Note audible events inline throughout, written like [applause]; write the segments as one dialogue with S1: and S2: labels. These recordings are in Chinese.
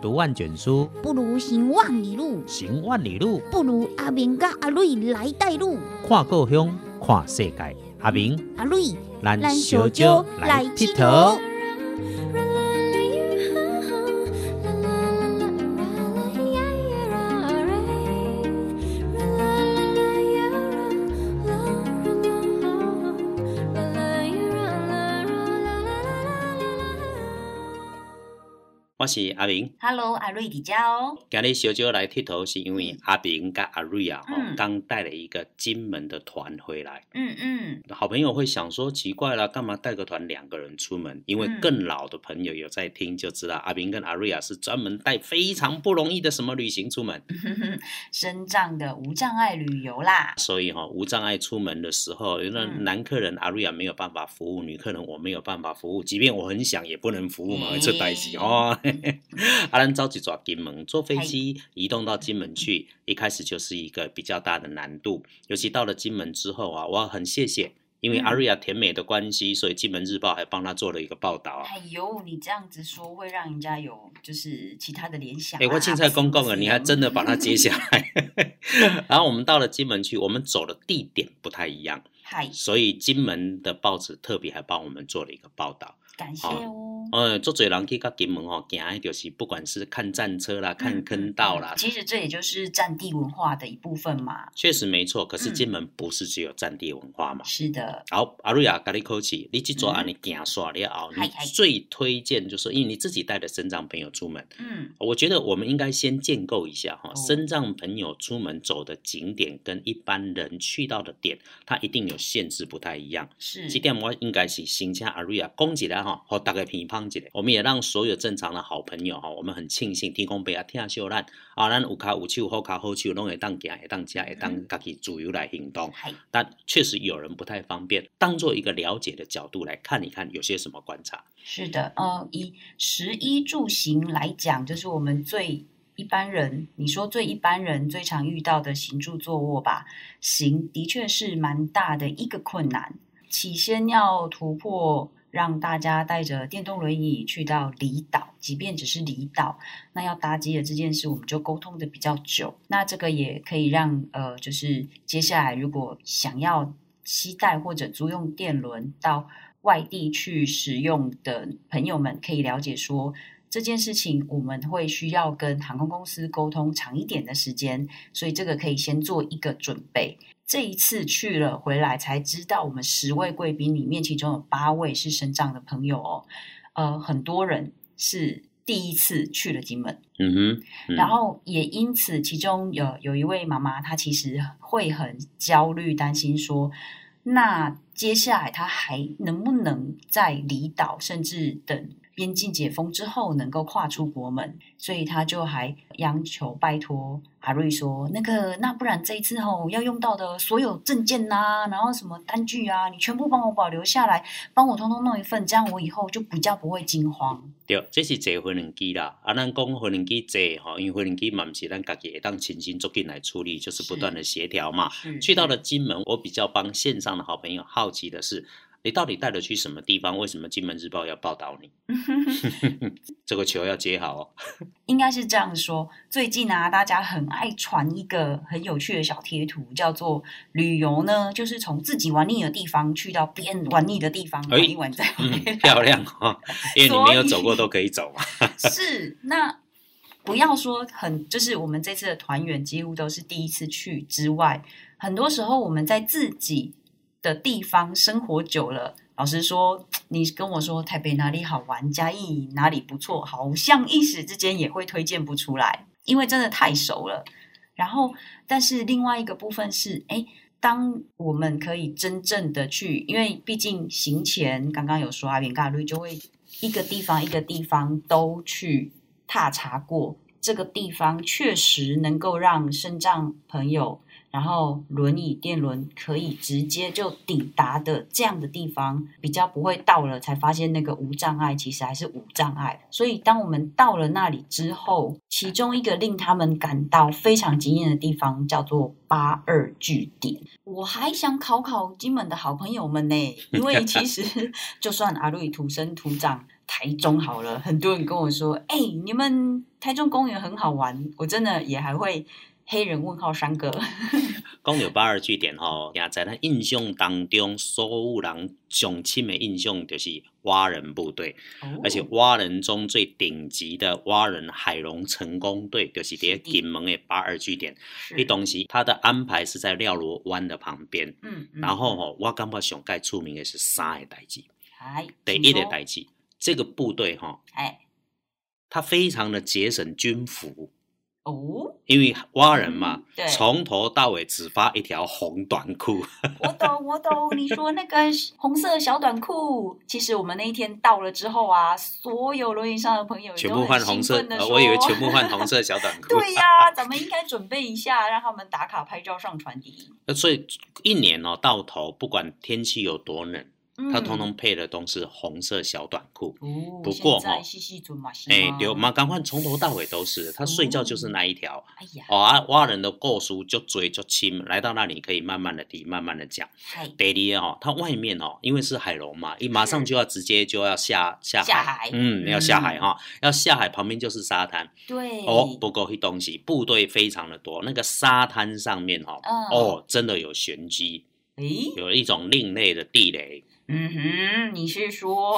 S1: 读万卷书，
S2: 不如行万里路，
S1: 行万里路，
S2: 不如阿明甲阿瑞来带路。
S1: 看故乡，看世界。阿明，
S2: 阿瑞，
S1: 咱
S2: 咱
S1: 小
S2: 小
S1: 酒
S2: 酒
S1: 来
S2: 来
S1: 佚
S2: 佚
S1: 佗
S2: 佗。
S1: 我是阿明，
S3: Hello，阿瑞迪迦哦，
S1: 今日小酒来佚佗，是因为阿明跟阿瑞啊，吼
S3: 嗯
S1: 刚带了一个金门的团回来。
S3: 嗯嗯，
S1: 好朋友会想说奇怪啦，干嘛带个团两个人出门？因为
S3: 嗯
S1: 更老的朋友有在听就知道，阿明跟阿瑞啊是专门带非常不容易的什么旅行出门。
S3: 深障的无障碍旅游啦，
S1: 所以哈、无障碍出门的时候，那
S3: 嗯
S1: 男客人阿瑞亚没有办法服务，女客人我没有办法服务，即便我很想也不能服务嘛，
S3: 嗯
S1: 这代志哦。 [laughs] 阿兰着急抓金门，坐飞机移动到金门去，一开始就是一个比较大的难度，尤其到了金门之后啊，我很谢谢。因为
S3: 嗯
S1: 阿瑞亚甜美的关系，所以《金门日报》还帮他做了一个报道啊。
S3: 哎呦，你这样子说会让人家有就是其他的联想、啊。
S1: 哎，我青菜公公啊，你还真的把它接下
S3: 来？
S1: 来。 [laughs] 然后我们到了金门去，我们走的地点不太一样，
S3: 嗨，
S1: 所以金门的报纸特别还帮我们做了一个报道。
S3: 感谢哦。
S1: 呃，做侪人去到金门哦，行的就是不管是看战车
S3: 嗯
S1: 啦、看坑道啦，
S3: 其实这也就是战地文化的一部分嘛。
S1: 确实没错。可是
S3: 嗯
S1: 金门不是只有战地文化嘛？
S3: 是的，
S1: 好，阿瑞亚，跟你口气，你去做
S3: 嗯
S1: 安尼行耍了后，
S3: 嗨
S1: 你
S3: 嗨
S1: 最推荐就是，因为你自己带的身障朋友出门，
S3: 嗯，
S1: 我觉得我们应该先建构一下哈，
S3: 哦
S1: 身障朋友出门走的景点跟一般人去到的点，它一定有限制，不太一样。
S3: 是。
S1: 这点我应该是先请阿瑞啊讲一下哈，和大家评判一下。我们也让所有正常的好朋友哈，我们很庆幸天公伯啊疼惜咱啊，咱有骹有手，好骹好手，拢会当行，会当食，会
S3: 嗯
S1: 当家己自由来行动。
S3: 嗨，
S1: 但确实有人不太方便，当做一个了解的角度来看一看，有些什么观察。
S3: 是的，呃，以食衣住行来讲，就是我们最一般人，你说最一般人最常遇到的行住坐卧吧，行的确是蛮大的一个困难。起先要突破，让大家带着电动轮椅去到离岛，即便只是离岛，那要搭机的这件事，我们就沟通的比较久。那这个也可以让呃，就是接下来如果想要期待或者租用电轮到外地去使用的朋友们，可以了解说。这件事情我们会需要跟航空公司沟通长一点的时间，所以这个可以先做一个准备。这一次去了回来才知道，我们十位贵宾里面，其中有八位是身障的朋友哦。呃，很多人是第一次去了金门，
S1: 嗯哼，嗯
S3: 然后也因此，其中有有一位妈妈，她其实会很焦虑，担心说，那接下来她还能不能在离岛，甚至等边境解封之后，能够跨出国门？所以她就还央求拜托阿瑞说，那个那不然这一次吼要用到的所有证件呐、然后什么单据啊，你全部帮我保留下来，帮我通通弄一份，这样我以后就比较不会惊慌。
S1: 对，这是坐飞轮机啦。啊，咱讲飞轮机坐吼，因为飞轮机嘛，毋是咱家己会当亲身做进来处理，就是不
S3: 是
S1: 断的协调嘛。
S3: 是
S1: 去到了金门，我比较帮线上的好朋友好奇的是，你到底带了去什么地方？为什么《金门日报》要报道你？这个球要接 [laughs] 好哦。
S3: 应该是这样说。最近啊，大家很爱传一个很有趣的小贴图，叫做“旅游呢，就是从自己玩腻的地方去到别人玩腻的地方
S1: 哎
S3: 玩一玩再回
S1: 嗯
S3: 来”，
S1: 漂亮哦，因为你没有
S3: 所以
S1: 走过都可以走嘛。 [laughs]
S3: 是，那不要说很，就是我们这次的团员几乎都是第一次去之外，很多时候我们在自己的地方生活久了。老实说，你跟我说台北哪里好玩，嘉义哪里不错，好像一时之间也会推荐不出来，因为真的太熟了。然后，但是另外一个部分是，哎，当我们可以真正的去，因为毕竟行前刚刚有说阿扁尬律就会一个地方一个地方都去踏查过，这个地方确实能够让身障朋友，然后轮椅、电轮可以直接就抵达的这样的地方，比较不会到了才发现那个无障碍其实还是无障碍。所以当我们到了那里之后，其中一个令他们感到非常惊艳的地方叫做八二据点。我还想考考金门的好朋友们呢，因为
S1: [laughs]
S3: 其实就算阿瑞土生土长台中好了，很多人跟我说：“哎、你们台中公园很好玩。”我真的也还会黑人问号三个。
S1: 讲到八二据点吼，也在咱印象当中，所有人上深的印象就是蛙人部队，
S3: 哦
S1: 而且蛙人中最顶级的蛙人海龙成功队，就是伫金门的八二据点。
S3: 是
S1: 你当时他的安排是在廖罗湾的旁边，
S3: 嗯，嗯
S1: 然后吼、我感觉上盖出名的是三个代志，
S3: 哎，
S1: 第
S3: 请
S1: 一个
S3: 说
S1: 代志，这个部队吼、
S3: 哎
S1: 他非常的节省军服。
S3: 哦，
S1: 因为蛙人嘛
S3: 嗯对，
S1: 从头到尾只发一条红短裤，
S3: 我懂我懂，你说那个红色小短裤，其实我们那一天到了之后啊，所有轮椅上的朋友
S1: 全
S3: 都
S1: 部
S3: 很
S1: 换红色
S3: 兴奋，地
S1: 呃，
S3: 说
S1: 我以为全部换红色小短裤。
S3: [laughs]
S1: [laughs]
S3: 对呀、咱们应该准备一下，让他们打卡拍照上传第一。
S1: 那所以一年哦到头，不管天气有多冷，
S3: 嗯
S1: 他通通配的都是红色小短裤。
S3: 哦，
S1: 不过
S3: 现在
S1: 吼
S3: 细细准嘛，是
S1: 哎
S3: 吗，
S1: 对，嘛，赶快从头到尾都是，他睡觉就是那一条。
S3: 哎呀，
S1: 哦啊，蛙人的构书就追就亲，来到那里可以慢慢的提，慢慢的讲。
S3: 嗨，
S1: 第二哦，它外面哦，因为是海龙嘛，一马上就要直接就要下下海，
S3: 嗯下海
S1: 嗯，要下海
S3: 嗯
S1: 哈、要下海旁边就是沙滩。
S3: 对，
S1: 哦，不过那东西部队非常的多，那个沙滩上面哈、
S3: 嗯
S1: 哦，真的有玄机，
S3: 诶，
S1: 有一种另类的地雷。
S3: 嗯哼，你是说，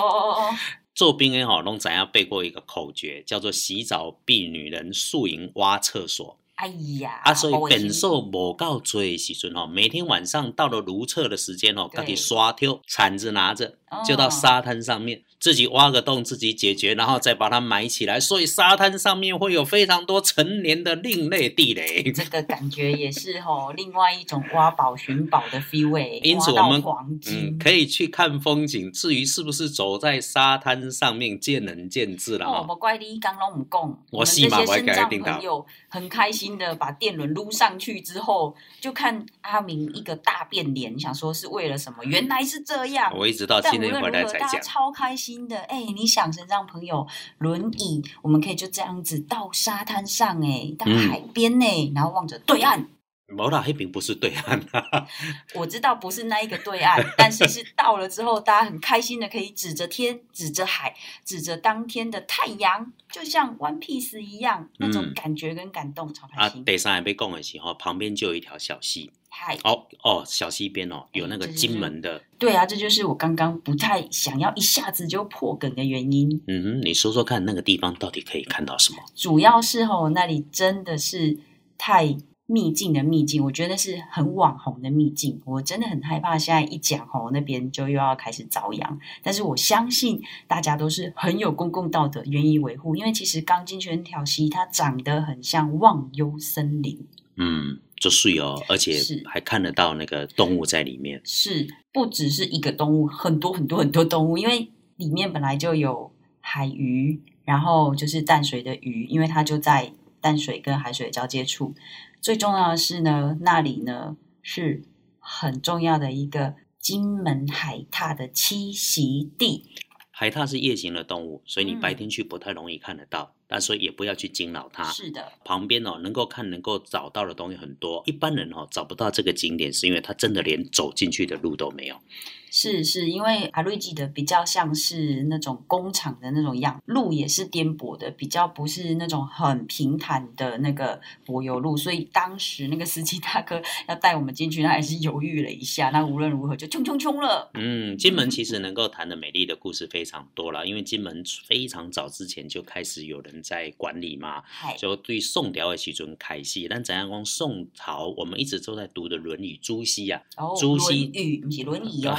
S1: 做兵的吼、拢怎样背过一个口诀，叫做“洗澡避女人，宿营挖厕所”。
S3: 哎呀，
S1: 啊，所
S3: 我
S1: 以
S3: 已经
S1: 本寿无够多的时阵吼、每天晚上到了如厕的时间哦，
S3: 对
S1: 自己刷掉，铲子拿着，就到，
S3: 哦
S1: 沙滩上面，自己挖个洞自己解决，然后再把它埋起来。所以沙滩上面会有非常多成年的另类地雷。
S3: 这个感觉也是吼，另外一种挖宝寻宝的 feel 诶，
S1: 因此
S3: 挖到
S1: 我们
S3: 黄金、
S1: 嗯，可以去看风景。至于是不是走在沙滩上面，见仁见智了
S3: 哦，
S1: 哈、
S3: 无怪你刚拢唔讲，
S1: 我
S3: 们
S1: 是
S3: 这
S1: 嘛
S3: 些
S1: 我也
S3: 身
S1: 改
S3: 障
S1: 定他
S3: 朋友很开心的把电轮撸上去之后，就看阿明一个大变脸，想说是为了什么？原来是这样。
S1: 我一直到
S3: 但
S1: 今
S3: 无
S1: 天
S3: 论
S1: 回来
S3: 如何，
S1: 才
S3: 大家
S1: 讲，
S3: 超开心的。哎、你想身障朋友轮椅，我们可以就这样子到沙滩上、哎，到
S1: 嗯
S3: 海边呢、哎然后望着对岸。
S1: 没啦，黑屏不是对岸、
S3: [laughs]
S1: 啊，
S3: 我知道不是那一个对岸，但是是到了之后，大家很开心的可以指着天、指着海、指着当天的太阳，就像 One Piece 一样，那种
S1: 嗯
S3: 感觉跟感动，超开
S1: 啊，
S3: 心。
S1: 第三个被讲的时候，旁边就有一条小溪，
S3: 嗨，
S1: 哦哦，小溪边哦有那个
S3: 嗯这就是
S1: 金门的，
S3: 对啊，这就是我刚刚不太想要一下子就破梗的原因，
S1: 嗯哼，你说说看那个地方到底可以看到什么？
S3: 主要是吼那里真的是太。秘境的秘境，我觉得是很网红的秘境。我真的很害怕，现在一讲吼，那边就又要开始遭殃。但是我相信大家都是很有公共道德，愿意维护。因为其实刚进去那条溪，它长得很像忘忧森林，
S1: 嗯，就睡哦，而且
S3: 是
S1: 还看得到那个动物在里面。
S3: 是不只是一个动物，很多很多很多动物，因为里面本来就有海鱼，然后就是淡水的鱼，因为它就在淡水跟海水交接处。最重要的是呢，那里呢是很重要的一个金门海獭的栖息地。
S1: 海獭是夜行的动物，所以你
S3: 嗯
S1: 白天去不太容易看得到，但所以也不要去惊扰它。
S3: 是的，
S1: 旁边哦，能够看能够找到的东西很多。一般人哦找不到这个景点，是因为他真的连走进去的路都没有。嗯
S3: 是是，因为阿瑞记得比较像是那种工厂的那种样，路也是颠簸的，比较不是那种很平坦的那个柏油路，所以当时那个司机大哥 [laughs] 要带我们进去，他还是犹豫了一下。那无论如何就冲冲冲了，
S1: 嗯，金门其实能够谈的美丽的故事非常多了，因为金门非常早之前就开始有人在管理嘛，
S3: 嗨，
S1: 就对宋朝的时阵开始。但怎样讲宋朝，我们一直都在读的《论语》朱熹啊，
S3: 哦，
S1: 朱熹
S3: 轮椅不是轮椅哦，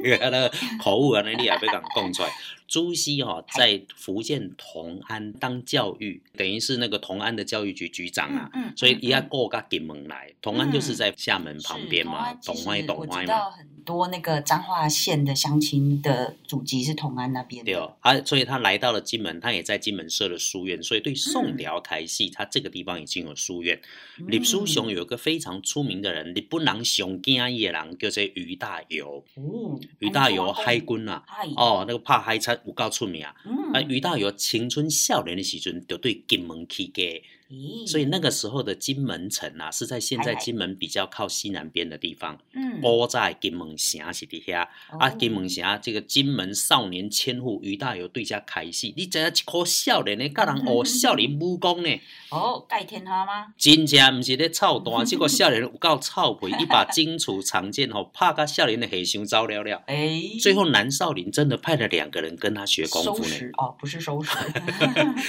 S1: 那个口误啊，那你也不敢讲出来。朱熹哈、哦、在福建同安当教育，等于是那个同安的教育局局长啊。
S3: 嗯嗯，
S1: 所以
S3: 嗯
S1: 伊要
S3: 嗯
S1: 过到金门来，同安就是在厦门旁边嘛，
S3: 是啊
S1: 同欢
S3: 其实
S1: 同
S3: 我
S1: 欢
S3: 知
S1: 嘛。
S3: 道很多那个彰化县的乡亲的祖籍是同安那边
S1: 对
S3: 的，
S1: 哦，啊，所以他来到了金门，他也在金门设了书院，所以对宋
S3: 嗯
S1: 辽台系，他这个地方已经有书院。李书雄有一个非常出名的人，日本人上惊伊的人叫做于大猷，
S3: 嗯，
S1: 于大猷海军啊，
S3: 哎，
S1: 哦，那个拍海产有够出名啊。
S3: 嗯，
S1: 啊，于大猷青春少年的时阵，就对金门起家，
S3: 咦，
S1: 所以那个时候的金门城啊，是在现在
S3: 哎哎
S1: 金门比较靠西南边的地方。
S3: 嗯，
S1: 古早的金门城是伫遐，哦啊，
S3: 哦
S1: 金门城这个金门少年千户于大猷对遮开始，你知影一颗少年的甲人学少年武功
S3: [laughs]
S1: 呢？
S3: 哦，盖天花吗？
S1: 真正毋是咧臭蛋，即个少年有够臭屁，伊把荆楚长剑吼拍甲少年的黑熊走了了。
S3: 哎，
S1: 最后南少林真的派了两个人跟他学功
S3: 收
S1: 夫呢，
S3: 拾哦，不是
S1: [laughs]
S3: 收拾， [laughs]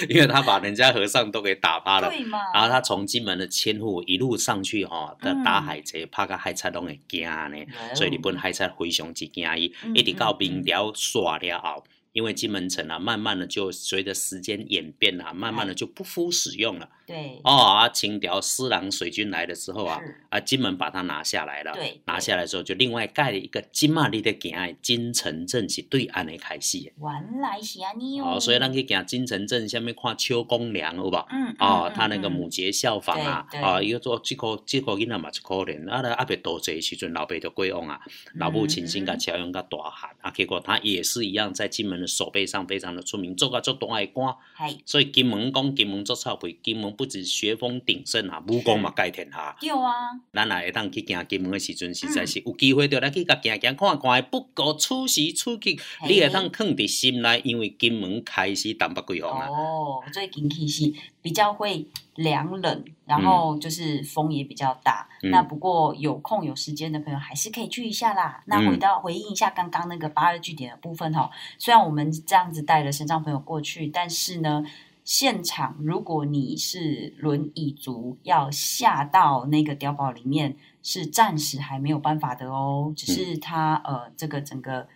S1: 因为他把人家和尚都给打趴了。
S3: 对嘛？
S1: 然后啊他从金门的千户一路上去吼、打
S3: 啊嗯
S1: 打海贼，拍甲海贼拢会惊呢。
S3: 哇哦
S1: 所以日本海贼非常之惊伊
S3: 嗯，
S1: 一直到明
S3: 嗯
S1: 朝耍了后，因为金门城啊，慢慢的就随着时间演变啊，慢慢的就不敷使用了。
S3: 哎对
S1: 哦啊，清朝施琅水军来的时候啊
S3: 是，
S1: 啊金门把它拿下来了。
S3: 对
S1: 拿下来之后就另外盖了一个金马里的行的金城镇是对岸的开始的。
S3: 原来是安尼哦，
S1: 哦，所以咱去行金城镇下面看秋公凉有无？
S3: 嗯，嗯
S1: 哦，
S3: 嗯
S1: 他那个
S3: 嗯
S1: 母节效仿啊，
S3: 对对
S1: 啊，伊个做即个即个囡仔嘛，真可怜，啊，咱阿伯多济时阵，老爸就过往啊，老母亲身甲
S3: 嗯
S1: 乔养甲大汉，啊，结果他也是一样，在金门的手背上非常的出名，做甲做大的官，
S3: 嗨，
S1: 所以金门讲金门做臭屁，金门不止学风鼎盛啊，武功嘛盖天下。
S3: 对啊，
S1: 咱也会当去行金门的时阵，实在
S3: 嗯
S1: 是有机会着咱去甲行行看看的。不过此时此刻，你会当藏伫心内，因为金门开始淡薄鬼风啊。
S3: 哦，最近期是比较会凉冷，然后就是风也比较大。
S1: 嗯
S3: 那不过有空有时间的朋友还是可以去一下啦。那
S1: 嗯
S3: 回到回应一下刚刚那个八二据点的部分哦，虽然我们这样子带了身障朋友过去，但是呢。现场，如果你是轮椅族，要下到那个碉堡里面，是暂时还没有办法的哦。只是它呃，这个整个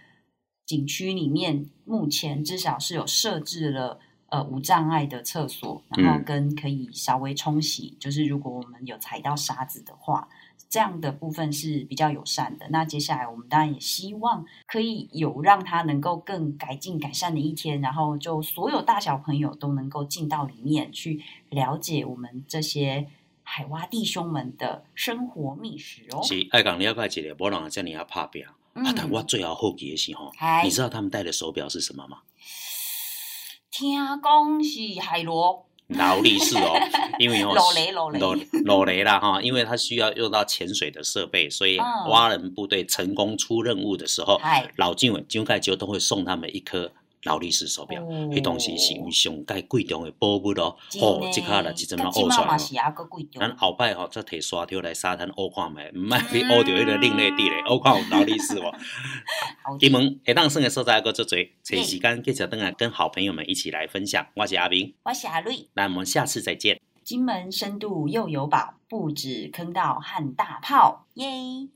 S3: 景区里面目前至少是有设置了呃无障碍的厕所，然后
S1: 嗯
S3: 跟可以稍微冲洗，就是如果我们有踩到沙子的话，这样的部分是比较友善的。那接下来我们当然也希望可以有让它能够更改进改善的一天，然后就所有大小朋友都能够进到里面去了解我们这些海蛙弟兄们的生活觅食哦。
S1: 是爱讲了解一下，无人遮尔啊拍拼。
S3: 嗯
S1: 啊，但我最好好奇的是吼，
S3: 嗨
S1: 你知道他们戴的手表是什么吗？ [laughs]
S3: 听讲是海螺，
S1: 劳力士
S3: [laughs]
S1: 哦，因为哦，
S3: 劳雷劳雷
S1: 劳劳雷啦哈，因为它需要用到潜水的设备，所以
S3: 嗯
S1: 蛙人部队成功出任务的时候，
S3: 嗨，
S1: 老政委蒋介石都会送他们一颗劳力士手表，
S3: 哦
S1: 迄当时是有上届贵重的宝物咯。
S3: 真
S1: 哦
S3: 的，
S1: 即卡啦，即阵
S3: 跟
S1: 嘛
S3: 即
S1: 学
S3: 摆
S1: 出
S3: 嘛
S1: 来
S3: 是啊
S1: 哦。
S3: 还佫贵重
S1: 咱后摆吼，再摕沙条来沙滩学看卖，
S3: 嗯
S1: 毋爱去学着迄个另类地嘞，学看有劳力士无？
S3: 好
S1: 金门下当耍的所在还佫足多，找
S3: 对
S1: 时间继续等来跟好朋友们一起来分享。我是阿明，
S3: 我是阿瑞，
S1: 那我们下次再见。
S3: 金门深度又有宝，不止坑到汉大炮，耶！